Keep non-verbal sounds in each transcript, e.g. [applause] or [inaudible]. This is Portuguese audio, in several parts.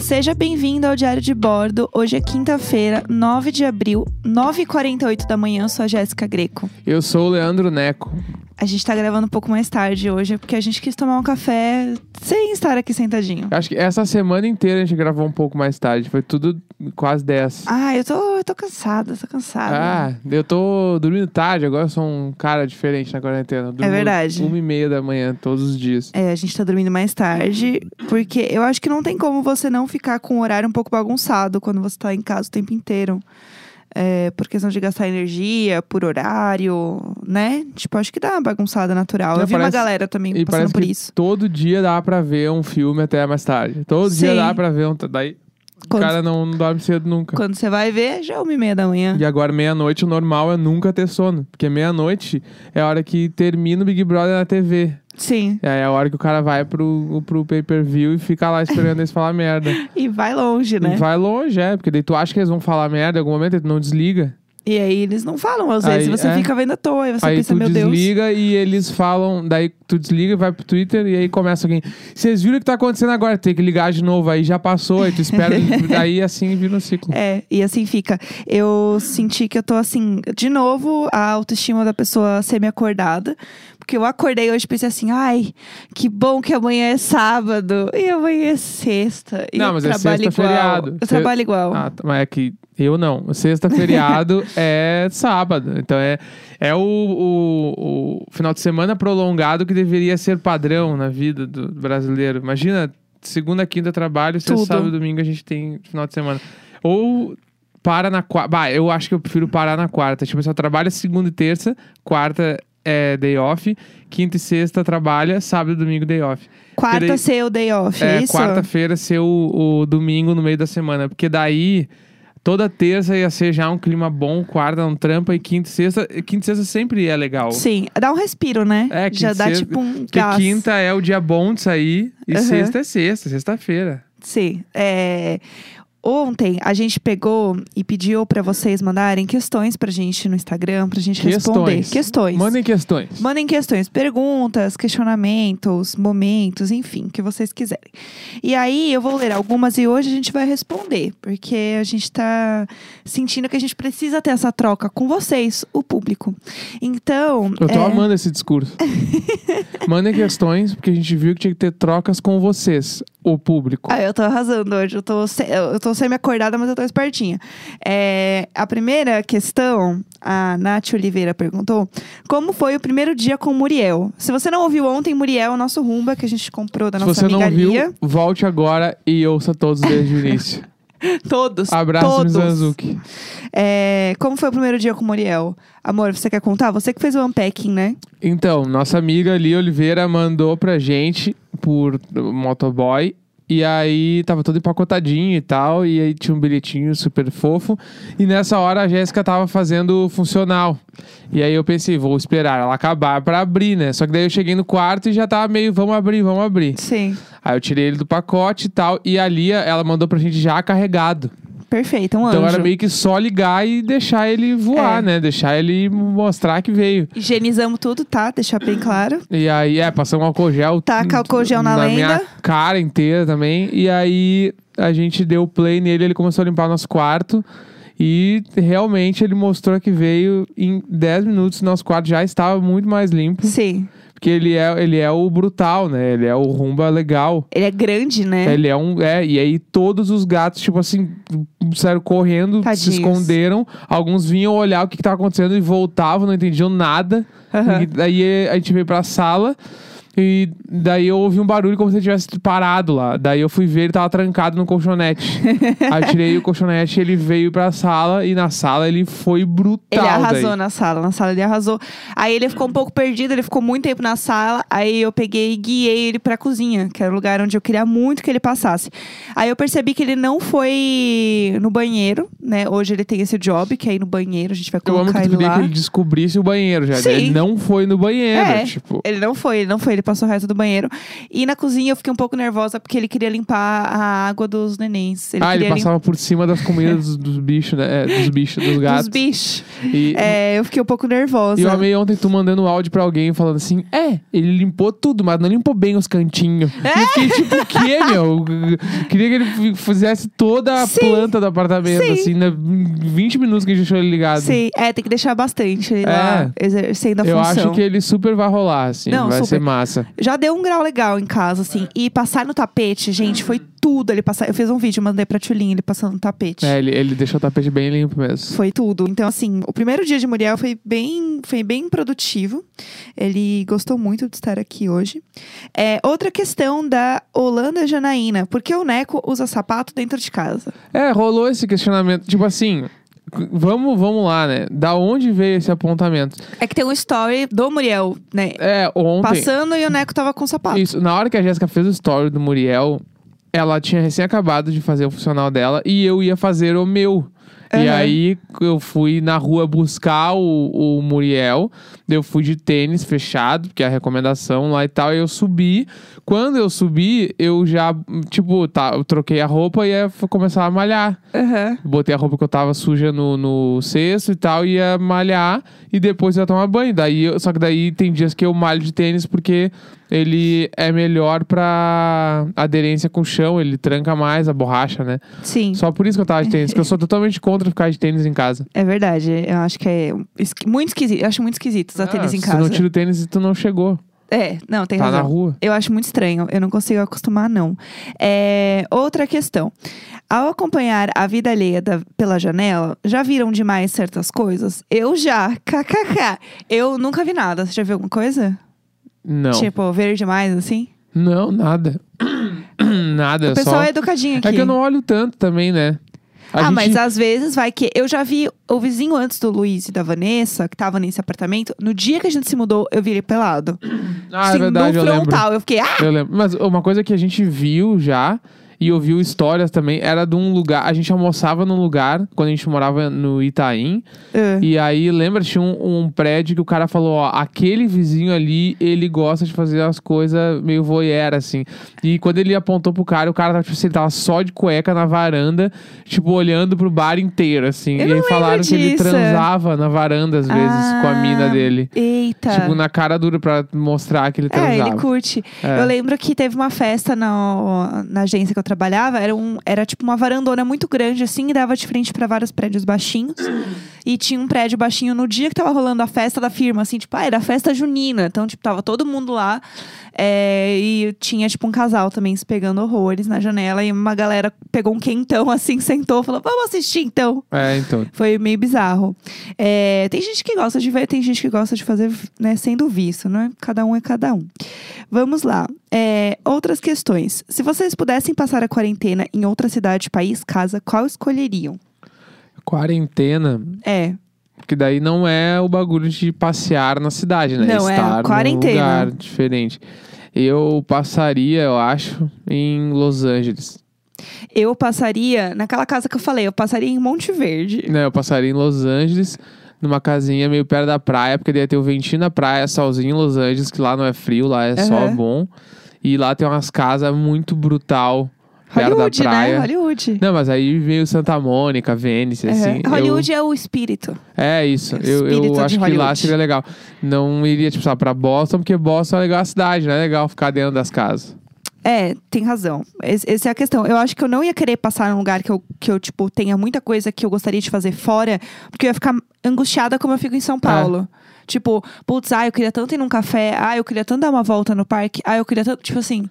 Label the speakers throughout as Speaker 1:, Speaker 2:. Speaker 1: Seja bem-vindo ao Diário de Bordo. Hoje é quinta-feira, 9 de abril, 9h48 da manhã. Eu sou a Jéssica Greco.
Speaker 2: Eu sou o Leandro Neco.
Speaker 1: A gente tá gravando um pouco mais tarde hoje, porque a gente quis tomar um café sem estar aqui sentadinho.
Speaker 2: Acho que essa semana inteira a gente gravou um pouco mais tarde. Foi tudo quase 10.
Speaker 1: Ah, eu tô, eu tô cansada, tô cansada.
Speaker 2: Ah, eu tô dormindo tarde, agora eu sou um cara diferente na quarentena. Eu durmo
Speaker 1: É verdade.
Speaker 2: Uma e meia da manhã, todos os dias.
Speaker 1: É, a gente tá dormindo mais tarde, porque eu acho que não tem como você não ficar com o horário um pouco bagunçado quando você tá em casa o tempo inteiro. É, por questão de gastar energia, por horário, né? Tipo, acho que dá uma bagunçada natural.
Speaker 2: Não,
Speaker 1: eu vi uma
Speaker 2: parece-
Speaker 1: galera também
Speaker 2: E
Speaker 1: passando
Speaker 2: parece
Speaker 1: por
Speaker 2: que
Speaker 1: isso.
Speaker 2: todo dia dá pra ver um filme até mais tarde. Todo dia
Speaker 1: Sim.
Speaker 2: dá pra ver um. Daí o
Speaker 1: Quando,
Speaker 2: cara não, não dorme cedo nunca.
Speaker 1: quando você vai ver, já é uma e meia da manhã.
Speaker 2: E agora, meia-noite, o normal é nunca ter sono. Porque meia-noite é a hora que termina o Big Brother na TV.
Speaker 1: Sim.
Speaker 2: E aí é a hora que o cara vai pro, pro pay-per-view e fica lá esperando eles falar merda.
Speaker 1: E vai longe, né?
Speaker 2: E vai longe, é. Porque daí tu acha que eles vão falar merda em algum momento, e tu não desliga.
Speaker 1: E aí eles não falam, às vezes
Speaker 2: Aí,
Speaker 1: você
Speaker 2: é.
Speaker 1: fica vendo à toa, e você
Speaker 2: aí
Speaker 1: pensa,
Speaker 2: tu
Speaker 1: meu Deus.
Speaker 2: desliga e eles falam. Daí tu desliga e vai pro Twitter e aí começa alguém. Vocês viram o que tá acontecendo agora? Tem que ligar de novo. Aí já passou, aí
Speaker 1: [laughs]
Speaker 2: tu espera. daí assim vira um ciclo.
Speaker 1: É, e assim fica. Eu senti que eu tô assim, de novo, a autoestima da pessoa semi-acordada. Porque eu acordei hoje e pensei assim, ai, que bom que amanhã é sábado e amanhã é sexta. E
Speaker 2: Não,
Speaker 1: eu
Speaker 2: mas é
Speaker 1: trabalho
Speaker 2: sexta,
Speaker 1: igual.
Speaker 2: feriado.
Speaker 1: Eu
Speaker 2: Se-
Speaker 1: trabalho igual.
Speaker 2: Ah, tá, mas é que eu não.
Speaker 1: [laughs]
Speaker 2: Sexta feriado é sábado. Então é, é o, o- o final de semana prolongado que deveria ser padrão na vida do brasileiro. Imagina, segunda, quinta trabalho, sexta,
Speaker 1: Tudo.
Speaker 2: sábado e domingo a gente tem final de semana. Ou para na quarta. Bah, eu acho que eu prefiro parar na quarta. Tipo, só trabalha segunda e terça, quarta é day off, quinta e sexta trabalha, sábado e domingo day off.
Speaker 1: Quarta
Speaker 2: peraí.
Speaker 1: ser o day off,
Speaker 2: É,
Speaker 1: isso?
Speaker 2: quarta-feira ser o, o domingo no meio da semana. Porque daí, toda terça ia ser já um clima bom, quarta não trampa, e quinta e sexta. e Quinta e sexta sempre é legal.
Speaker 1: Sim, dá um respiro, né?
Speaker 2: É, quinta
Speaker 1: Já
Speaker 2: e
Speaker 1: dá
Speaker 2: sexta-
Speaker 1: tipo um
Speaker 2: Porque
Speaker 1: gás.
Speaker 2: quinta é o dia bom de sair, e
Speaker 1: Uhum.
Speaker 2: sexta é sexta, sexta-feira.
Speaker 1: Sim. é, Ontem a gente pegou e pediu pra vocês mandarem questões pra gente no Instagram, pra gente responder.
Speaker 2: Questões.
Speaker 1: Questões.
Speaker 2: Mandem questões.
Speaker 1: Mandem questões, perguntas, questionamentos, momentos, enfim, o que vocês quiserem. E aí eu vou ler algumas e hoje a gente vai responder, porque a gente tá sentindo que a gente precisa ter essa troca com vocês, o público. Então.
Speaker 2: Eu tô
Speaker 1: é,
Speaker 2: amando esse
Speaker 1: [laughs]
Speaker 2: discurso. Mandem questões, porque a gente viu que tinha que ter trocas com vocês, o público.
Speaker 1: Ah, eu tô arrasando hoje. Eu tô, se- eu tô semi-acordada, mas eu tô espertinha. É, a primeira questão, a Nath Oliveira perguntou: Como foi o primeiro dia com o Muriel? Se você não ouviu ontem, Muriel, é o nosso rumba que a gente comprou da
Speaker 2: Se
Speaker 1: nossa
Speaker 2: você
Speaker 1: amiga
Speaker 2: não viu,
Speaker 1: Lia.
Speaker 2: volte agora e ouça todos desde o
Speaker 1: [laughs]
Speaker 2: início.
Speaker 1: Todos.
Speaker 2: Abraço,
Speaker 1: todos.
Speaker 2: Mizanzuki.
Speaker 1: É, como foi o primeiro dia com o Muriel? Amor, você quer contar? Você que fez o unpacking, né?
Speaker 2: Então, nossa amiga Lia Oliveira mandou pra gente por motoboy. E aí tava todo empacotadinho e tal. E aí tinha um bilhetinho super fofo. E nessa hora a Jéssica tava fazendo funcional. E aí eu pensei, vou esperar ela acabar pra abrir, né? Só que daí eu cheguei no quarto e já tava meio, vamos abrir, vamos abrir.
Speaker 1: Sim.
Speaker 2: Aí eu tirei ele do pacote e tal. E a Lia, ela mandou pra gente já carregado.
Speaker 1: Perfeito, um
Speaker 2: Então
Speaker 1: anjo.
Speaker 2: era meio que só ligar e deixar ele voar,
Speaker 1: É.
Speaker 2: né? Deixar ele mostrar que veio.
Speaker 1: Higienizamos tudo, tá? Deixar bem claro.
Speaker 2: E aí, é, passamos álcool gel.
Speaker 1: Taca álcool gel na lenda.
Speaker 2: minha cara inteira também. E aí, a gente deu play nele, ele começou a limpar o nosso quarto. E realmente ele mostrou que veio em 10 minutos. Nosso quarto já estava muito mais limpo.
Speaker 1: Sim.
Speaker 2: Porque ele é, ele é o brutal, né? Ele é o rumba legal.
Speaker 1: Ele é grande, né?
Speaker 2: Ele é um. É, e aí todos os gatos, tipo assim, saíram correndo,
Speaker 1: Tadinhos.
Speaker 2: se esconderam. Alguns vinham olhar o que, que tava acontecendo e voltavam, não entendiam nada.
Speaker 1: Aham.
Speaker 2: E daí a gente veio pra sala. E daí eu ouvi um barulho como se ele tivesse parado lá. Daí eu fui ver, ele tava trancado no
Speaker 1: [laughs]
Speaker 2: colchonete. aí eu tirei o colchonete, ele veio pra sala e na sala ele foi brutal.
Speaker 1: Ele arrasou
Speaker 2: daí.
Speaker 1: na sala, na sala ele arrasou. Aí ele ficou um pouco perdido, ele ficou muito tempo na sala. Aí eu peguei e guiei ele pra cozinha, que era o lugar onde eu queria muito que ele passasse. Aí eu percebi que ele não foi no banheiro, né? Hoje ele tem esse job, que é ir no banheiro, a gente vai
Speaker 2: Eu amo
Speaker 1: colocar
Speaker 2: que tu
Speaker 1: ele
Speaker 2: queria
Speaker 1: lá.
Speaker 2: que ele descobrisse o banheiro já.
Speaker 1: Sim.
Speaker 2: Ele não foi no banheiro,
Speaker 1: É.
Speaker 2: tipo.
Speaker 1: Ele não foi, ele não foi, ele ele passou o resto do banheiro. E na cozinha eu fiquei um pouco nervosa porque ele queria limpar a água dos nenéns.
Speaker 2: ah, ele
Speaker 1: queria limpar
Speaker 2: passava por cima das comidas dos, dos bichos, né? É, dos bichos,
Speaker 1: [laughs]
Speaker 2: dos
Speaker 1: os
Speaker 2: gatos.
Speaker 1: bichos.
Speaker 2: E,
Speaker 1: É, eu fiquei um pouco nervosa.
Speaker 2: e eu amei ontem tu mandando um áudio pra alguém falando assim: É, ele limpou tudo, mas não limpou bem os cantinhos. E eu
Speaker 1: É?
Speaker 2: fiquei tipo, o quê, meu? Queria que ele fi- fizesse toda a
Speaker 1: Sim.
Speaker 2: planta do apartamento,
Speaker 1: Sim.
Speaker 2: assim, né? em 20 minutos que a gente deixou ele ligado.
Speaker 1: Sim, é, tem que deixar bastante ele lá exercendo a
Speaker 2: É. eu
Speaker 1: função.
Speaker 2: acho que ele super vai rolar, assim.
Speaker 1: Não,
Speaker 2: vai
Speaker 1: super.
Speaker 2: ser massa.
Speaker 1: Já deu um grau legal em casa, assim. E passar no tapete, gente, foi tudo. Ele passar. Eu fiz um vídeo, mandei pra Tchulinha ele passando no tapete.
Speaker 2: É, ele, ele deixou o tapete bem limpo mesmo.
Speaker 1: Foi tudo. Então, assim, o primeiro dia de Muriel foi bem, foi bem produtivo. Ele gostou muito de estar aqui hoje. É, outra questão da Holanda Janaína. Por que o Neco usa sapato dentro de casa?
Speaker 2: É, rolou esse questionamento. Tipo assim, c- vamos, vamos lá, né? Da onde veio esse apontamento?
Speaker 1: É que tem um story do Muriel, né?
Speaker 2: É, ontem.
Speaker 1: Passando e o Neco tava com sapato.
Speaker 2: Isso, na hora que a Jéssica fez o story do Muriel, ela tinha recém acabado de fazer o funcional dela e eu ia fazer o meu. E
Speaker 1: Aham.
Speaker 2: aí eu fui na rua buscar o, o Muriel. Eu fui de tênis fechado, porque é a recomendação lá e tal. E eu subi. Quando eu subi, eu já, tipo, tá, eu troquei a roupa e aí fui começar a malhar.
Speaker 1: Aham.
Speaker 2: Botei a roupa que eu tava suja no, no cesto e tal, ia malhar e depois ia tomar banho. Daí, eu- só que daí tem dias que eu malho de tênis porque ele é melhor pra aderência com o chão, ele tranca mais a borracha, né?
Speaker 1: Sim.
Speaker 2: Só por isso que eu tava de tênis,
Speaker 1: [laughs]
Speaker 2: porque eu sou totalmente contra ficar de tênis em casa.
Speaker 1: É verdade, eu acho que é esqui- muito esquisito. Eu acho muito esquisito usar tênis
Speaker 2: Ah,
Speaker 1: em
Speaker 2: Se tu
Speaker 1: casa.
Speaker 2: não tira o tênis, tu não chegou.
Speaker 1: É, não, tem
Speaker 2: tá
Speaker 1: razão.
Speaker 2: na rua.
Speaker 1: Eu acho muito estranho, eu não consigo acostumar, não. É, outra questão. Ao acompanhar a vida alheia da- pela janela, já viram demais certas coisas? Eu já, kkk. Eu nunca vi nada. Você já viu alguma coisa?
Speaker 2: Não.
Speaker 1: Tipo, ver demais, assim?
Speaker 2: Não, nada. [clears throat] nada.
Speaker 1: o pessoal
Speaker 2: só...
Speaker 1: é educadinho aqui.
Speaker 2: É que eu não olho tanto também, né? A
Speaker 1: ah,
Speaker 2: gente-
Speaker 1: mas às vezes vai que. Eu já vi o vizinho antes do Luiz e da Vanessa, que tava nesse apartamento. No dia que a gente se mudou, eu vi ele pelado.
Speaker 2: Ah, é
Speaker 1: Sim,
Speaker 2: verdade,
Speaker 1: no
Speaker 2: eu lembro.
Speaker 1: frontal. Eu fiquei, ah!
Speaker 2: Eu lembro. Mas uma coisa que a gente viu já e ouviu histórias também era de um lugar. A gente almoçava num lugar quando a gente morava no Itaim.
Speaker 1: Ah.
Speaker 2: E aí, lembra, tinha um, um prédio que o cara falou: ó, aquele vizinho ali, ele gosta de fazer as coisas meio voyeur, assim. E quando ele apontou pro cara, o cara tava, tipo, assim, ele tava só de cueca na varanda, tipo, olhando pro bar inteiro,
Speaker 1: Eu
Speaker 2: assim. e
Speaker 1: não
Speaker 2: aí
Speaker 1: lembro
Speaker 2: falaram que ele
Speaker 1: disso.
Speaker 2: transava na varanda, às vezes, com a mina
Speaker 1: Ah,
Speaker 2: dele.
Speaker 1: Eita.
Speaker 2: Tipo, na cara dura pra mostrar que ele
Speaker 1: É,
Speaker 2: transava.
Speaker 1: ele curte.
Speaker 2: É.
Speaker 1: Eu lembro que teve uma festa na, na agência que eu trabalhava, era, um, era tipo uma varandona muito grande, assim, e dava de frente pra vários prédios baixinhos. e tinha um prédio baixinho no dia que tava rolando a festa da firma, assim, tipo, ah, era a festa junina. Então, tipo, tava todo mundo lá. é, e tinha, tipo, um casal também se pegando horrores na janela. E uma galera pegou um quentão, assim, [laughs] sentou, falou, vamos assistir então.
Speaker 2: É, então.
Speaker 1: Foi meio bizarro. É, tem gente que gosta de ver, tem gente que gosta de fazer né, sendo visto, né? Cada um é cada um. Vamos lá. É, outras questões. Se vocês pudessem passar a quarentena em outra cidade, país, casa, qual escolheriam?
Speaker 2: Quarentena,
Speaker 1: É,
Speaker 2: porque daí não é o bagulho de passear na cidade, né?
Speaker 1: Não, é
Speaker 2: Estar num
Speaker 1: quarentena.
Speaker 2: lugar diferente. Eu passaria, eu acho, em Los Angeles.
Speaker 1: eu passaria naquela casa que eu falei, eu passaria em Monte Verde.
Speaker 2: Né, eu passaria em Los Angeles, numa casinha meio perto da praia, porque daí ia ter o ventinho na praia, solzinho em Los Angeles, que lá não é frio, lá é só
Speaker 1: Aham.
Speaker 2: bom. E lá tem umas casas muito brutal perto
Speaker 1: Hollywood,
Speaker 2: da praia.
Speaker 1: né? Hollywood.
Speaker 2: Não, mas aí veio Santa Mônica, Vênice,
Speaker 1: Aham.
Speaker 2: assim. eu-
Speaker 1: Hollywood é o espírito.
Speaker 2: É isso. Eu,
Speaker 1: Espírito
Speaker 2: eu
Speaker 1: de
Speaker 2: acho que lá
Speaker 1: Hollywood.
Speaker 2: seria legal. Não iria, tipo, sabe, pra Boston, porque Boston é legal a cidade, né? É legal ficar dentro das casas.
Speaker 1: É, tem razão. Es- Essa é a questão. Eu acho que eu não ia querer passar num lugar que eu, que eu tipo, tenha muita coisa que eu gostaria de fazer fora, porque eu ia ficar angustiada como eu fico em
Speaker 2: É.
Speaker 1: São Paulo. Tipo, putz, ah, eu queria tanto ir num café, ah, eu queria tanto dar uma volta no parque, ah, eu queria tanto. Tipo assim.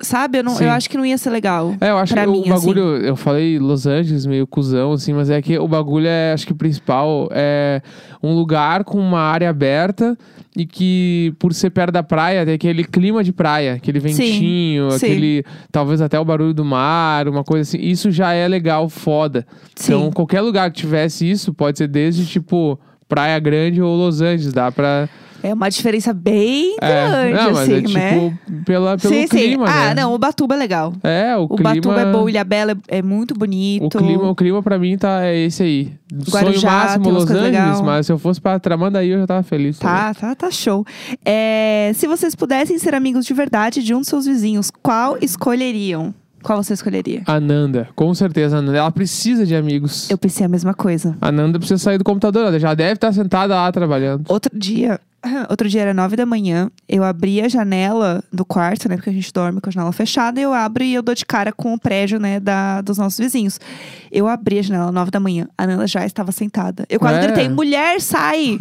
Speaker 1: Sabe? Eu, não,
Speaker 2: Sim.
Speaker 1: eu acho que não ia ser legal.
Speaker 2: É, eu acho
Speaker 1: Pra
Speaker 2: que
Speaker 1: mim, assim.
Speaker 2: o bagulho, eu falei Los Angeles, meio cuzão, assim, mas é que o bagulho é, acho que o principal é um lugar com uma área aberta e que, por ser perto da praia, tem aquele clima de praia, aquele ventinho,
Speaker 1: sim.
Speaker 2: aquele, talvez até o barulho do mar, uma coisa assim. Isso já é legal, foda.
Speaker 1: Sim.
Speaker 2: Então, qualquer lugar que tivesse isso, pode ser desde, tipo, Praia Grande ou Los Angeles, dá pra
Speaker 1: É uma diferença bem
Speaker 2: É,
Speaker 1: grande,
Speaker 2: não, mas
Speaker 1: assim,
Speaker 2: é tipo
Speaker 1: né?
Speaker 2: pela, pelo
Speaker 1: sim,
Speaker 2: clima,
Speaker 1: sim. Ah,
Speaker 2: né?
Speaker 1: não, o Batuba é legal.
Speaker 2: É, o,
Speaker 1: O,
Speaker 2: clima...
Speaker 1: Batuba é bom, Ilhabela é, é muito bonito.
Speaker 2: O clima, o clima pra mim tá, é esse aí. Sonho
Speaker 1: Guarujá,
Speaker 2: máximo
Speaker 1: tem umas
Speaker 2: Los
Speaker 1: coisas
Speaker 2: Angeles,
Speaker 1: legal.
Speaker 2: mas se eu fosse pra Tramandaí eu já tava feliz. também.
Speaker 1: Tá, tá, tá show. É, se vocês pudessem ser amigos de verdade de um dos seus vizinhos, qual escolheriam? Qual você escolheria?
Speaker 2: Ananda, com certeza, Ananda. Ela precisa de amigos.
Speaker 1: Eu pensei a mesma coisa.
Speaker 2: Ananda precisa sair do computador, ela já deve estar sentada lá trabalhando.
Speaker 1: Outro dia, [clears throat] outro dia era nove da manhã, eu abri a janela do quarto, né? Porque a gente dorme com a janela fechada, eu abro e eu dou de cara com o prédio, né, da, dos nossos vizinhos. Eu abri a janela nove da manhã, a Nanda já estava sentada. Eu quase
Speaker 2: É.
Speaker 1: gritei, mulher, sai!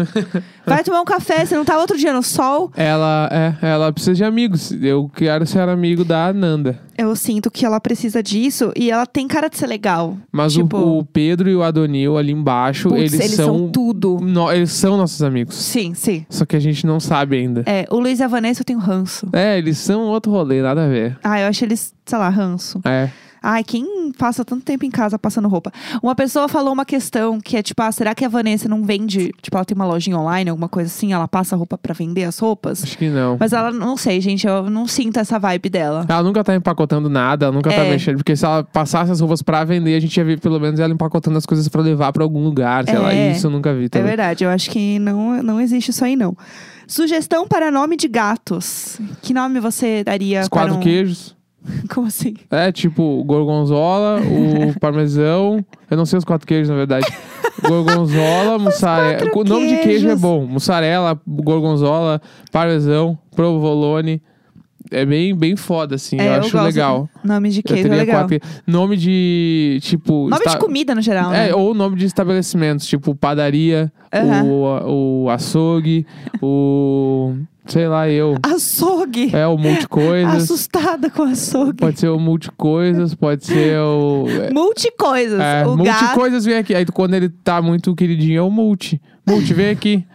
Speaker 1: Vai tomar um café, você não tá outro dia no sol?
Speaker 2: Ela, é, ela precisa de amigos. Eu quero ser amigo da Ananda.
Speaker 1: Eu sinto que ela precisa disso e ela tem cara de ser legal.
Speaker 2: Mas o-
Speaker 1: Tipo-
Speaker 2: o, Pedro e o Adonil ali embaixo,
Speaker 1: Putz,
Speaker 2: eles, são.
Speaker 1: tudo.
Speaker 2: no- eles são nossos amigos.
Speaker 1: Sim, sim.
Speaker 2: Só que a gente não sabe ainda.
Speaker 1: É, o Luiz e a Vanessa eu tenho ranço.
Speaker 2: É, eles são outro rolê, nada a ver.
Speaker 1: Ah, eu acho eles, sei lá, ranço.
Speaker 2: É.
Speaker 1: Ai, quem passa tanto tempo em casa passando roupa? Uma pessoa falou uma questão que é tipo, ah, será que a Vanessa não vende? Tipo, ela tem uma lojinha online, alguma coisa assim, ela passa roupa pra vender as roupas?
Speaker 2: Acho que não.
Speaker 1: Mas ela, não sei, gente, eu não sinto essa vibe dela.
Speaker 2: Ela nunca tá empacotando nada, ela nunca tá
Speaker 1: É.
Speaker 2: mexendo. Porque se ela passasse as roupas pra vender, a gente ia ver pelo menos ela empacotando as coisas pra levar pra algum lugar. Sei lá,
Speaker 1: É.
Speaker 2: isso eu nunca vi
Speaker 1: É
Speaker 2: também.
Speaker 1: verdade, eu acho que não, não existe isso aí, não. Sugestão para nome de gatos. Que nome você daria
Speaker 2: Os
Speaker 1: para
Speaker 2: quatro
Speaker 1: um...
Speaker 2: queijos.
Speaker 1: [laughs] Como assim?
Speaker 2: É, tipo, o gorgonzola,
Speaker 1: [laughs]
Speaker 2: o parmesão. Eu não sei os quatro queijos, na verdade. Gorgonzola, mussarela.
Speaker 1: quatro
Speaker 2: O nome de queijo é
Speaker 1: queijos.
Speaker 2: bom. Mussarela, gorgonzola, parmesão, provolone. É bem, bem foda, assim.
Speaker 1: É,
Speaker 2: eu
Speaker 1: eu
Speaker 2: acho
Speaker 1: gosto.
Speaker 2: legal.
Speaker 1: Nome de
Speaker 2: Eu
Speaker 1: queijo é
Speaker 2: teria
Speaker 1: legal.
Speaker 2: quatro queijos. Nome de, tipo...
Speaker 1: Nome
Speaker 2: esta-
Speaker 1: de comida no geral, né?
Speaker 2: É, ou nome de estabelecimentos, tipo padaria,
Speaker 1: Aham.
Speaker 2: o, o açougue, o. sei lá, eu.
Speaker 1: Açougue!
Speaker 2: É o multicoisas.
Speaker 1: Assustada com açougue.
Speaker 2: Pode ser o multicoisas, pode ser o.
Speaker 1: Multicoisas.
Speaker 2: É,
Speaker 1: o gato.
Speaker 2: multicoisas vem aqui. Aí tu- quando ele tá muito queridinho, é o multi. Multi, vem aqui.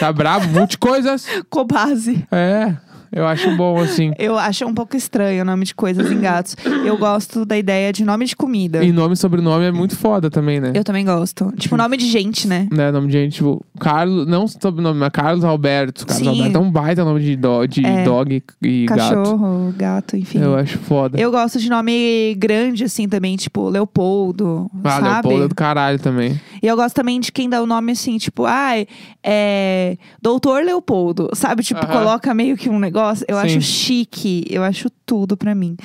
Speaker 2: Tá bravo? Multicoisas.
Speaker 1: com base.
Speaker 2: É, eu acho bom assim.
Speaker 1: Eu acho um pouco estranho o nome de coisas em gatos. Eu gosto da ideia de nome de comida.
Speaker 2: E nome e sobrenome é muito foda também, né?
Speaker 1: Eu também gosto. Tipo, nome de gente, né?
Speaker 2: Né, nome de gente, tipo, Carlos, não sobrenome, mas Carlos Alberto. Carlos
Speaker 1: Sim.
Speaker 2: Alberto é um baita nome de, do, de
Speaker 1: É.
Speaker 2: dog e gato.
Speaker 1: Cachorro, gato, enfim.
Speaker 2: Eu
Speaker 1: Eu...
Speaker 2: acho foda.
Speaker 1: gosto de nome grande, assim, também, tipo, Leopoldo,
Speaker 2: ah,
Speaker 1: sabe?
Speaker 2: Leopoldo é do caralho também.
Speaker 1: E eu gosto também de quem dá o nome, assim, tipo, ai, é... Doutor Leopoldo, sabe? Tipo,
Speaker 2: Aham.
Speaker 1: coloca meio que um negócio. Eu
Speaker 2: Sim.
Speaker 1: acho chique, eu acho tudo pra mim.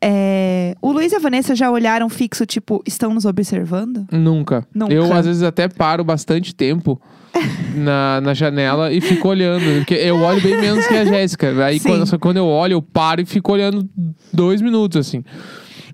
Speaker 1: É, O Luiz e a Vanessa já olharam fixo, tipo, estão nos observando?
Speaker 2: Nunca.
Speaker 1: Nunca.
Speaker 2: Eu, às vezes, até paro bastante tempo [laughs] na, na janela e fico olhando. Porque eu olho bem menos que a Jéssica. Aí,
Speaker 1: Sim.
Speaker 2: quando, só que quando eu olho, eu paro e fico olhando dois minutos, assim.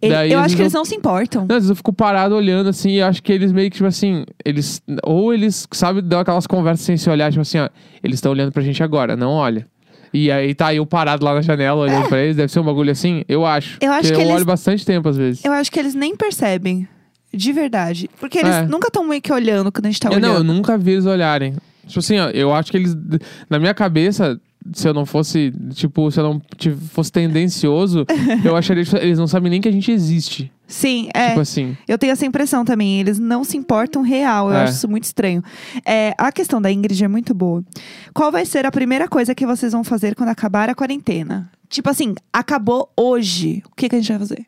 Speaker 1: Ele-
Speaker 2: Daí,
Speaker 1: eu
Speaker 2: às
Speaker 1: acho
Speaker 2: vezes,
Speaker 1: que eles não se importam.
Speaker 2: Não, às vezes eu fico parado olhando, assim, e eu acho que eles meio que, tipo assim, eles. Ou eles, sabe, dão aquelas conversas sem se olhar, tipo assim, ó, eles estão olhando pra gente agora, não olha. E aí tá eu parado lá na janela olhando pra eles, deve ser um bagulho assim, eu acho.
Speaker 1: Eu acho
Speaker 2: Porque
Speaker 1: que
Speaker 2: eu
Speaker 1: eles-
Speaker 2: olho bastante tempo às vezes.
Speaker 1: Eu acho que eles nem percebem. De verdade. Porque eles
Speaker 2: É.
Speaker 1: nunca estão meio que olhando quando a gente tá
Speaker 2: Eu, não, eu
Speaker 1: olhando.
Speaker 2: nunca vi eles olharem. Tipo assim, ó, eu acho que eles. Na minha cabeça, se eu não fosse, tipo, se eu não ti-
Speaker 1: [laughs]
Speaker 2: fosse tendencioso, eu acharia que eles não sabem nem que a gente existe.
Speaker 1: Sim, é.
Speaker 2: Tipo assim.
Speaker 1: Eu tenho essa impressão também. Eles não se importam real. Eu
Speaker 2: É.
Speaker 1: acho isso muito estranho. É, a questão da Ingrid é muito boa. Qual vai ser a primeira coisa que vocês vão fazer quando acabar a quarentena? Tipo assim, acabou hoje. O que, que a gente vai fazer?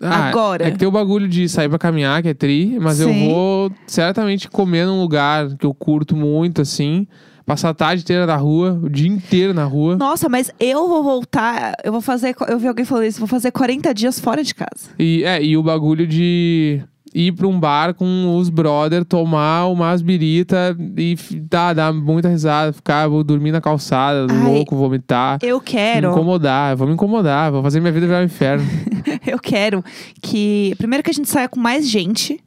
Speaker 2: ah,
Speaker 1: Agora.
Speaker 2: É que tem o bagulho de sair pra caminhar, que é tri, mas eu
Speaker 1: Sim.
Speaker 2: vou certamente comer num lugar que eu curto muito, assim. Passar a tarde inteira na rua, o dia inteiro na rua.
Speaker 1: Nossa, mas eu vou voltar. Eu vou fazer. Eu vi alguém falando isso. Vou fazer 40 dias fora de casa.
Speaker 2: E, é, e o bagulho de ir pra um bar com os brother, tomar umas birita e f- dar, dar muita risada, ficar, vou dormir na calçada,
Speaker 1: Ai,
Speaker 2: louco, vomitar.
Speaker 1: Eu quero.
Speaker 2: Me incomodar, vou me incomodar, vou fazer minha vida virar um inferno.
Speaker 1: [laughs] Eu quero que. Primeiro que a gente saia com mais gente.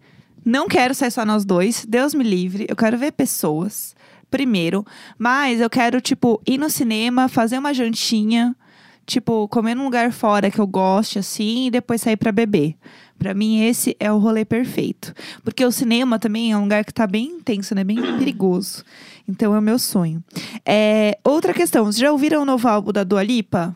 Speaker 1: Não quero sair só nós dois. Deus me livre. Eu quero ver pessoas. Primeiro. Mas eu quero, tipo, ir no cinema, fazer uma jantinha. Tipo, comer num lugar fora que eu goste, assim, e depois sair pra beber. Pra mim, esse é o rolê perfeito. Porque o cinema também é um lugar que tá bem intenso, né?
Speaker 2: [clears throat]
Speaker 1: Bem perigoso. Então é o meu sonho. É, outra questão, vocês já ouviram o novo álbum da Dua Lipa?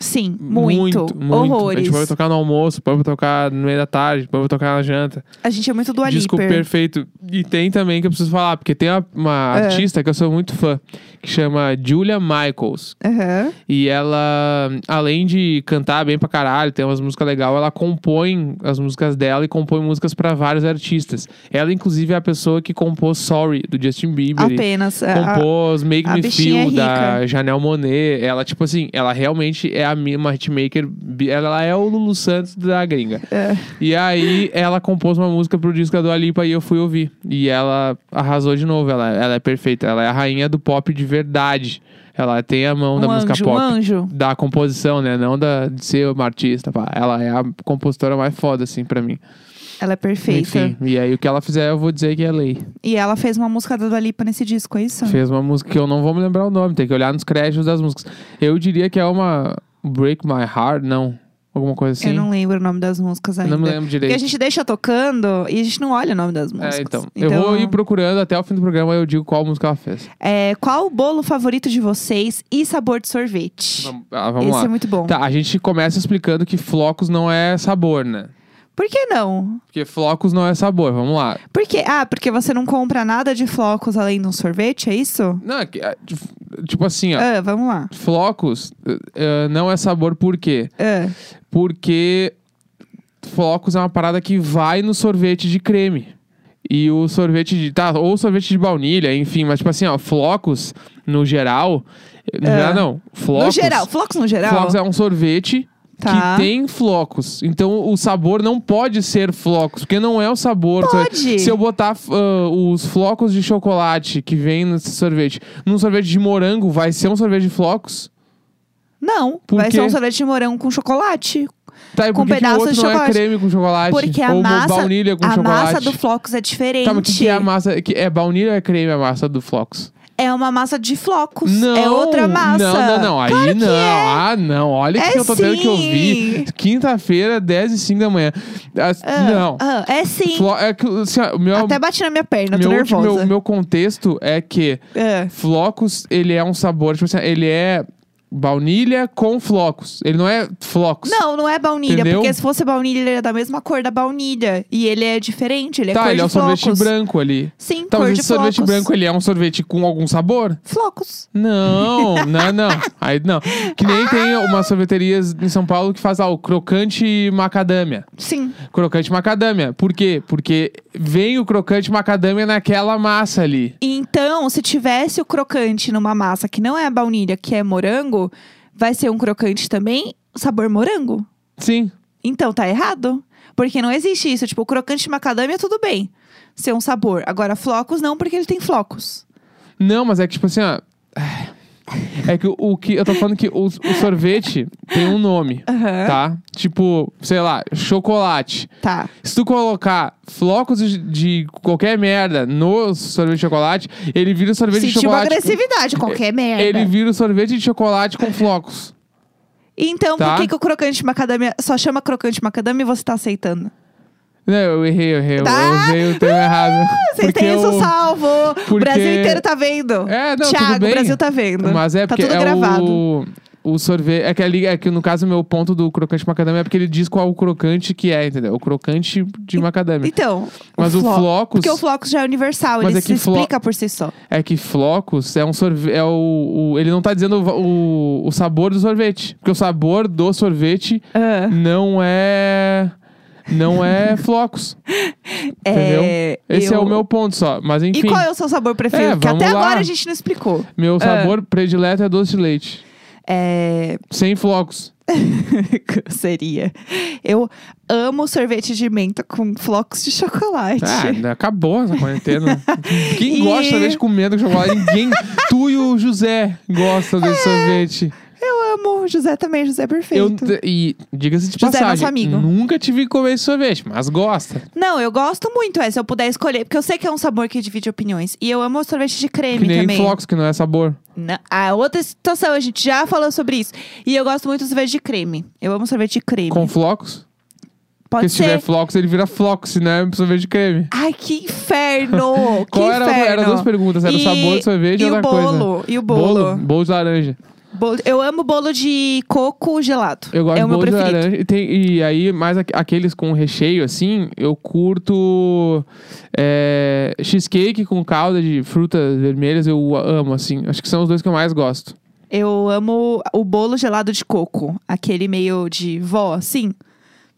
Speaker 1: Sim, muito.
Speaker 2: muito, muito. A
Speaker 1: Horrores.
Speaker 2: gente põe pra tocar no almoço, põe pra tocar no meio da tarde, põe pra tocar na janta.
Speaker 1: A gente é muito do
Speaker 2: Disco
Speaker 1: Aliper.
Speaker 2: perfeito. E tem também que eu preciso falar, porque tem uma, uma
Speaker 1: É.
Speaker 2: artista que eu sou muito fã, que chama Julia Michaels.
Speaker 1: Aham.
Speaker 2: E ela, além de cantar bem pra caralho, tem umas músicas legais, ela compõe as músicas dela e compõe músicas pra vários artistas. Ela, inclusive, é a pessoa que compôs Sorry, do Justin Bieber. e
Speaker 1: Apenas. é, a-
Speaker 2: compôs Make
Speaker 1: a
Speaker 2: Me
Speaker 1: bichinha é
Speaker 2: Feel,
Speaker 1: rica.
Speaker 2: da Janelle Monet. Ela, tipo assim, ela realmente é a minha uma hitmaker. bi- Ela é o Lulu Santos da gringa.
Speaker 1: É.
Speaker 2: E aí, ela compôs uma música pro disco do Alipa e eu fui ouvir. E ela arrasou de novo. Ela, ela é perfeita. Ela é a rainha do pop de verdade. Ela tem a mão da
Speaker 1: um
Speaker 2: música
Speaker 1: anjo, um
Speaker 2: pop.
Speaker 1: anjo.
Speaker 2: Da composição, né? Não da, de ser uma artista. pá. Ela é a compositora mais foda, assim, pra mim.
Speaker 1: Ela é perfeita.
Speaker 2: Enfim, e aí o que ela fizer, eu vou dizer que é lei.
Speaker 1: E ela fez uma música da Dua Lipa nesse disco, é isso?
Speaker 2: Fez uma música que eu não vou me lembrar o nome, tem que olhar nos créditos das músicas. Eu diria que é uma Break My Heart, não. Alguma coisa assim.
Speaker 1: Eu não lembro o nome das músicas
Speaker 2: Eu
Speaker 1: ainda.
Speaker 2: não me lembro
Speaker 1: Porque
Speaker 2: direito.
Speaker 1: a gente deixa tocando e a gente não olha o nome das músicas.
Speaker 2: É, então. Eu vou ir procurando até o fim do programa e eu digo qual música ela fez.
Speaker 1: é, qual o bolo favorito de vocês e sabor de sorvete?
Speaker 2: Vamos, ah, vamos
Speaker 1: Esse
Speaker 2: lá.
Speaker 1: é muito bom.
Speaker 2: Tá, a gente começa explicando que flocos não é sabor, né?
Speaker 1: Por que não?
Speaker 2: Porque flocos não é sabor, vamos lá.
Speaker 1: Por quê? Ah, porque você não compra nada de flocos além de um sorvete, é isso?
Speaker 2: Não, é que- é, tipo assim, ó.
Speaker 1: Ah, vamos lá.
Speaker 2: Flocos eh, eh, não é sabor por quê?
Speaker 1: Ah,
Speaker 2: Porque flocos é uma parada que vai no sorvete de creme. E o sorvete de. Tá, ou sorvete de baunilha, enfim, mas tipo assim, ó, flocos, no geral. eh, No
Speaker 1: É.
Speaker 2: geral, não. Flocos.
Speaker 1: no geral, flocos no geral?
Speaker 2: Flocos é um sorvete
Speaker 1: Tá.
Speaker 2: que tem flocos. Então o sabor não pode ser flocos, porque não é o sabor.
Speaker 1: Pode.
Speaker 2: Se eu botar ah, os flocos de chocolate que vem nesse sorvete num sorvete de morango, vai ser um sorvete de flocos?
Speaker 1: Não,
Speaker 2: Por
Speaker 1: vai
Speaker 2: quê?
Speaker 1: ser um sorvete de morango com chocolate.
Speaker 2: Tá, e
Speaker 1: Com
Speaker 2: por que, que o
Speaker 1: pedaço
Speaker 2: outro
Speaker 1: de
Speaker 2: não é
Speaker 1: chocolate.
Speaker 2: creme com chocolate?
Speaker 1: Porque a
Speaker 2: Ou ba-
Speaker 1: massa-
Speaker 2: baunilha com
Speaker 1: a
Speaker 2: chocolate?
Speaker 1: massa do flocos é diferente.
Speaker 2: Tá, mas o que, que é a massa? que é baunilha ou é creme a massa do Flocos?
Speaker 1: É uma massa de flocos.
Speaker 2: Não,
Speaker 1: é outra massa.
Speaker 2: Não, não, não. Aí
Speaker 1: Claro que
Speaker 2: não.
Speaker 1: é.
Speaker 2: Ah, não. Olha o que
Speaker 1: É
Speaker 2: que eu tô tendo que
Speaker 1: sim.
Speaker 2: ouvir. Quinta-feira, 10 e 5 da manhã. As-
Speaker 1: Ah,
Speaker 2: não.
Speaker 1: ah, é sim.
Speaker 2: Flo- é que, assim, ó, o meu,
Speaker 1: Até bati na minha perna, eu tô
Speaker 2: meu, último-
Speaker 1: nervosa.
Speaker 2: meu, meu contexto é que
Speaker 1: Ah,
Speaker 2: Flocos, ele é um sabor, tipo assim, ele é baunilha com flocos. Ele não é flocos.
Speaker 1: Não, não é baunilha,
Speaker 2: Entendeu?
Speaker 1: porque se fosse baunilha, ele é da mesma cor da baunilha. E ele é diferente, ele é
Speaker 2: tá,
Speaker 1: cor
Speaker 2: ele
Speaker 1: de
Speaker 2: é o
Speaker 1: flocos.
Speaker 2: sorvete branco ali.
Speaker 1: Sim,
Speaker 2: Tá,
Speaker 1: cor
Speaker 2: mas
Speaker 1: de
Speaker 2: esse sorvete
Speaker 1: flocos.
Speaker 2: branco, ele é um sorvete com algum sabor?
Speaker 1: Flocos. [laughs]
Speaker 2: Não, não, não. Aí não. Que nem
Speaker 1: Ah!
Speaker 2: tem umas sorveterias em São Paulo que faz ah, o crocante macadâmia.
Speaker 1: Sim.
Speaker 2: Crocante macadâmia. Por quê? Porque vem o crocante macadâmia naquela massa ali.
Speaker 1: Então, se tivesse o crocante numa massa que não é baunilha, que é morango, vai ser um crocante também, sabor morango.
Speaker 2: Sim.
Speaker 1: Então tá errado. Porque não existe isso. Tipo, o crocante de macadâmia, tudo bem. Ser um sabor. Agora, flocos, não, porque ele tem flocos.
Speaker 2: Não, mas é que tipo assim, ó. É que o- o que. Eu tô falando que o, o sorvete tem um nome,
Speaker 1: Aham.
Speaker 2: tá? Tipo, sei lá, chocolate.
Speaker 1: Tá.
Speaker 2: Se tu colocar flocos de, de qualquer merda no sorvete de chocolate, ele vira sorvete de
Speaker 1: Sentiu uma
Speaker 2: chocolate.
Speaker 1: agressividade, qualquer merda.
Speaker 2: Ele vira o sorvete de chocolate com flocos.
Speaker 1: Então,
Speaker 2: Tá.
Speaker 1: por que, que o crocante de macadâmia só chama crocante de macadâmia e você tá aceitando?
Speaker 2: Não, eu errei, eu errei. eu-
Speaker 1: Tá.
Speaker 2: Eu errei o termo
Speaker 1: [laughs]
Speaker 2: errado. Porque
Speaker 1: Aceitei, eu sou
Speaker 2: eu-
Speaker 1: salvo! O
Speaker 2: porque-
Speaker 1: Brasil inteiro tá vendo.
Speaker 2: É, não,
Speaker 1: Thiago,
Speaker 2: tudo bem.
Speaker 1: o Brasil tá vendo.
Speaker 2: Mas é
Speaker 1: tá
Speaker 2: porque
Speaker 1: tudo
Speaker 2: é
Speaker 1: gravado.
Speaker 2: o... O sorvete. É que, ali, é que no caso, o meu ponto do crocante macadâmia é porque ele diz qual o crocante que é, entendeu? O crocante de macadâmia.
Speaker 1: Então,
Speaker 2: Né? Mas o
Speaker 1: flo-
Speaker 2: flocos-
Speaker 1: Porque o flocos já é universal,
Speaker 2: Mas
Speaker 1: ele
Speaker 2: é
Speaker 1: se
Speaker 2: que flo-
Speaker 1: explica por si só.
Speaker 2: É que flocos é um sorvete. É o, o- Ele não tá dizendo o, o, o sabor do sorvete. Porque o sabor do sorvete
Speaker 1: Ah.
Speaker 2: não é.
Speaker 1: [laughs]
Speaker 2: Não é flocos.
Speaker 1: É,
Speaker 2: entendeu? Esse é
Speaker 1: eu-
Speaker 2: o meu ponto só. Mas enfim.
Speaker 1: E qual é Ah. o seu sabor preferido?
Speaker 2: É,
Speaker 1: Porque
Speaker 2: vamos
Speaker 1: até
Speaker 2: lá.
Speaker 1: agora a gente não explicou.
Speaker 2: Meu sabor predileto é doce de leite.
Speaker 1: É... [laughs]
Speaker 2: Sem flocos.
Speaker 1: Seria. Eu amo sorvete de menta com flocos de chocolate.
Speaker 2: Ah, acabou
Speaker 1: [laughs]
Speaker 2: essa quarentena. Quem
Speaker 1: E-
Speaker 2: gosta de sorvete com medo de chocolate? Ninguém. tu e o José gostam
Speaker 1: Ah,
Speaker 2: desse sorvete.
Speaker 1: Eu amo. José também, José é
Speaker 2: Eu,
Speaker 1: perfeito.
Speaker 2: e diga-se de
Speaker 1: José é
Speaker 2: passagem,
Speaker 1: nosso amigo.
Speaker 2: nunca tive que comer esse sorvete, mas gosta.
Speaker 1: Não, eu gosto muito, é, se eu puder escolher, porque eu sei que é um sabor que divide opiniões. E eu amo sorvete de creme
Speaker 2: Que nem
Speaker 1: também.
Speaker 2: flocos, que não é sabor.
Speaker 1: Na- a outra situação, a gente já falou sobre isso. E eu gosto muito do sorvete de creme. Eu amo sorvete de creme.
Speaker 2: Com flocos? porque
Speaker 1: Pode
Speaker 2: se
Speaker 1: ser.
Speaker 2: tiver flocos, ele vira flocos, se não é sorvete de creme.
Speaker 1: Ai, que inferno! que
Speaker 2: Qual era,
Speaker 1: inferno!
Speaker 2: era duas perguntas, era o
Speaker 1: E-
Speaker 2: sabor do sorvete
Speaker 1: e
Speaker 2: ou
Speaker 1: o
Speaker 2: outra coisa?
Speaker 1: bolo, E o bolo.
Speaker 2: Bolo de laranja.
Speaker 1: Bolo- eu amo bolo de coco gelado.
Speaker 2: Eu gosto
Speaker 1: é o
Speaker 2: de
Speaker 1: meu
Speaker 2: bolo de
Speaker 1: preferido.
Speaker 2: laranja. E, tem- e aí, mais aqu- aqueles com recheio, assim, eu curto é, cheesecake com calda de frutas vermelhas, eu amo, assim. Acho que são os dois que eu mais gosto.
Speaker 1: Eu amo o bolo gelado de coco, aquele meio de vó, assim.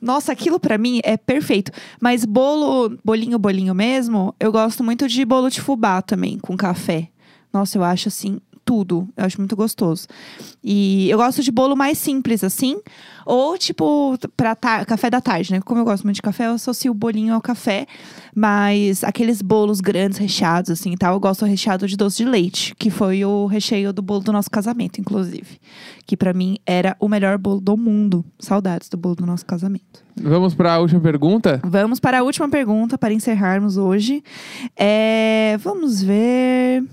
Speaker 1: Nossa, aquilo pra mim é perfeito. Mas bolo, bolinho, bolinho mesmo, eu gosto muito de bolo de fubá também, com café. Nossa, eu acho assim tudo. Eu acho muito gostoso. E eu gosto de bolo mais simples assim, ou tipo para café da tarde, né? Como eu gosto muito de café, eu associo o bolinho ao café, mas aqueles bolos grandes recheados assim, e tal, eu gosto do recheado de doce de leite, que foi o recheio do bolo do nosso casamento, inclusive, que pra mim era o melhor bolo do mundo. Saudades do bolo do nosso casamento.
Speaker 2: Vamos para a última pergunta?
Speaker 1: Vamos para a última pergunta para encerrarmos hoje. É, vamos ver.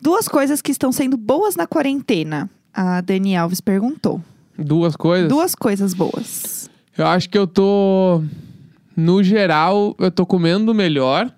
Speaker 1: Duas coisas que estão sendo boas na quarentena. A Dani Alves perguntou.
Speaker 2: Duas coisas?
Speaker 1: Duas coisas boas.
Speaker 2: Eu acho que eu tô. No geral, eu tô comendo melhor.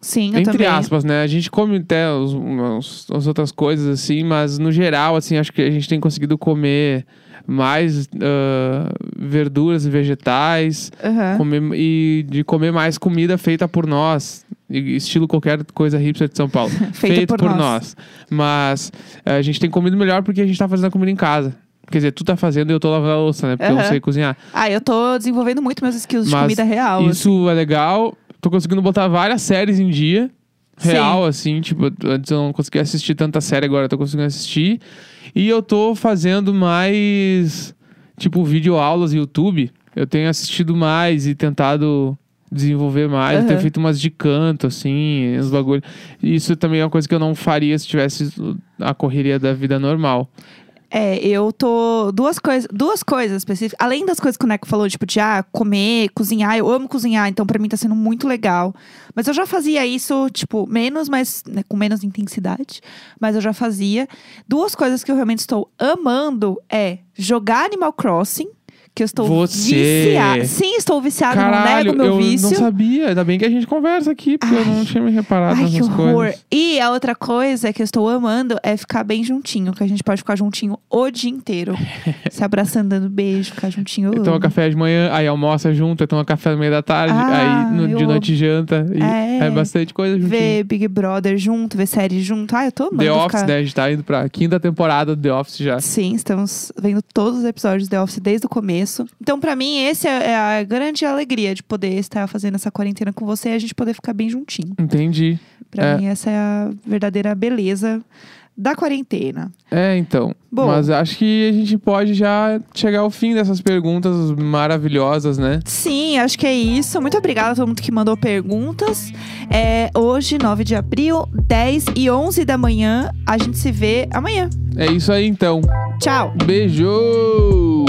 Speaker 1: Sim, eu
Speaker 2: entre
Speaker 1: também.
Speaker 2: aspas, né? A gente come até os- uns- as outras coisas, assim, mas no geral, assim, acho que a gente tem conseguido comer mais ah, verduras e vegetais.
Speaker 1: Aham.
Speaker 2: comer- e de comer mais comida feita por nós. e- Estilo qualquer coisa hipster de
Speaker 1: [laughs]
Speaker 2: São Paulo. feita
Speaker 1: por nós.
Speaker 2: Mas eh, a gente tem comido melhor porque a gente tá fazendo a comida em casa. Quer dizer, tu tá fazendo e eu tô lavando a louça, né? Porque eu não
Speaker 1: Aham.
Speaker 2: sei cozinhar.
Speaker 1: Ah, eu tô desenvolvendo muito meus skills de
Speaker 2: Mas
Speaker 1: comida real. assim.
Speaker 2: Isso é legal. Tô conseguindo botar várias séries em dia.
Speaker 1: Sim.
Speaker 2: Real, assim, tipo, antes eu não conseguia assistir tanta série, agora eu tô conseguindo assistir. E eu tô fazendo mais, tipo, videoaulas no YouTube. Eu tenho assistido mais e tentado desenvolver mais. Eu
Speaker 1: Aham.
Speaker 2: tenho feito umas de canto, assim, uns bagulho. Isso também é uma coisa que eu não faria se tivesse a correria da vida normal.
Speaker 1: É, eu tô. Duas coisas. Duas coisas específicas. Além das coisas que o Neco falou, tipo, de ah, comer, cozinhar. Eu amo cozinhar, então pra mim tá sendo muito legal. Mas eu já fazia isso, tipo, menos, mas né, com menos intensidade. Mas eu já fazia. Duas coisas que eu realmente estou amando é jogar Animal Crossing. Que eu estou
Speaker 2: Você.
Speaker 1: viciada. Sim, estou viciada,
Speaker 2: Caralho,
Speaker 1: não nego meu
Speaker 2: eu
Speaker 1: vício.
Speaker 2: não sabia. Ainda bem que a gente conversa aqui, porque eu não tinha me reparado
Speaker 1: Ai, que
Speaker 2: nessas
Speaker 1: horror.
Speaker 2: coisas.
Speaker 1: E a outra coisa que eu estou amando é ficar bem juntinho, que a gente pode ficar juntinho o dia
Speaker 2: [laughs]
Speaker 1: inteiro. se abraçando, dando beijo, ficar juntinho. eu
Speaker 2: Toma
Speaker 1: amo.
Speaker 2: café de manhã, aí almoça junto, aí toma café no meio da tarde,
Speaker 1: Ah,
Speaker 2: aí no- de
Speaker 1: eu
Speaker 2: noite janta. E
Speaker 1: É.
Speaker 2: é. bastante coisa juntinho.
Speaker 1: Ver Big Brother junto, ver série junto. Ah, eu tô amando.
Speaker 2: The Office,
Speaker 1: ficar...
Speaker 2: né? A gente tá indo pra quinta temporada do The Office já.
Speaker 1: Sim, estamos vendo todos os episódios de The Office desde o começo. Então, pra mim, essa é a grande alegria de poder estar fazendo essa quarentena com você e a gente poder ficar bem juntinho.
Speaker 2: Entendi.
Speaker 1: Pra
Speaker 2: É.
Speaker 1: mim, essa é a verdadeira beleza da quarentena.
Speaker 2: É, então.
Speaker 1: Bom.
Speaker 2: Mas acho que a gente pode já chegar ao fim dessas perguntas maravilhosas, né?
Speaker 1: Sim, acho que é isso. Muito obrigada a todo mundo que mandou perguntas. É, hoje, 9 de abril, 10 e 11 da manhã. A gente se vê amanhã.
Speaker 2: É isso aí, então.
Speaker 1: Tchau!
Speaker 2: Beijo!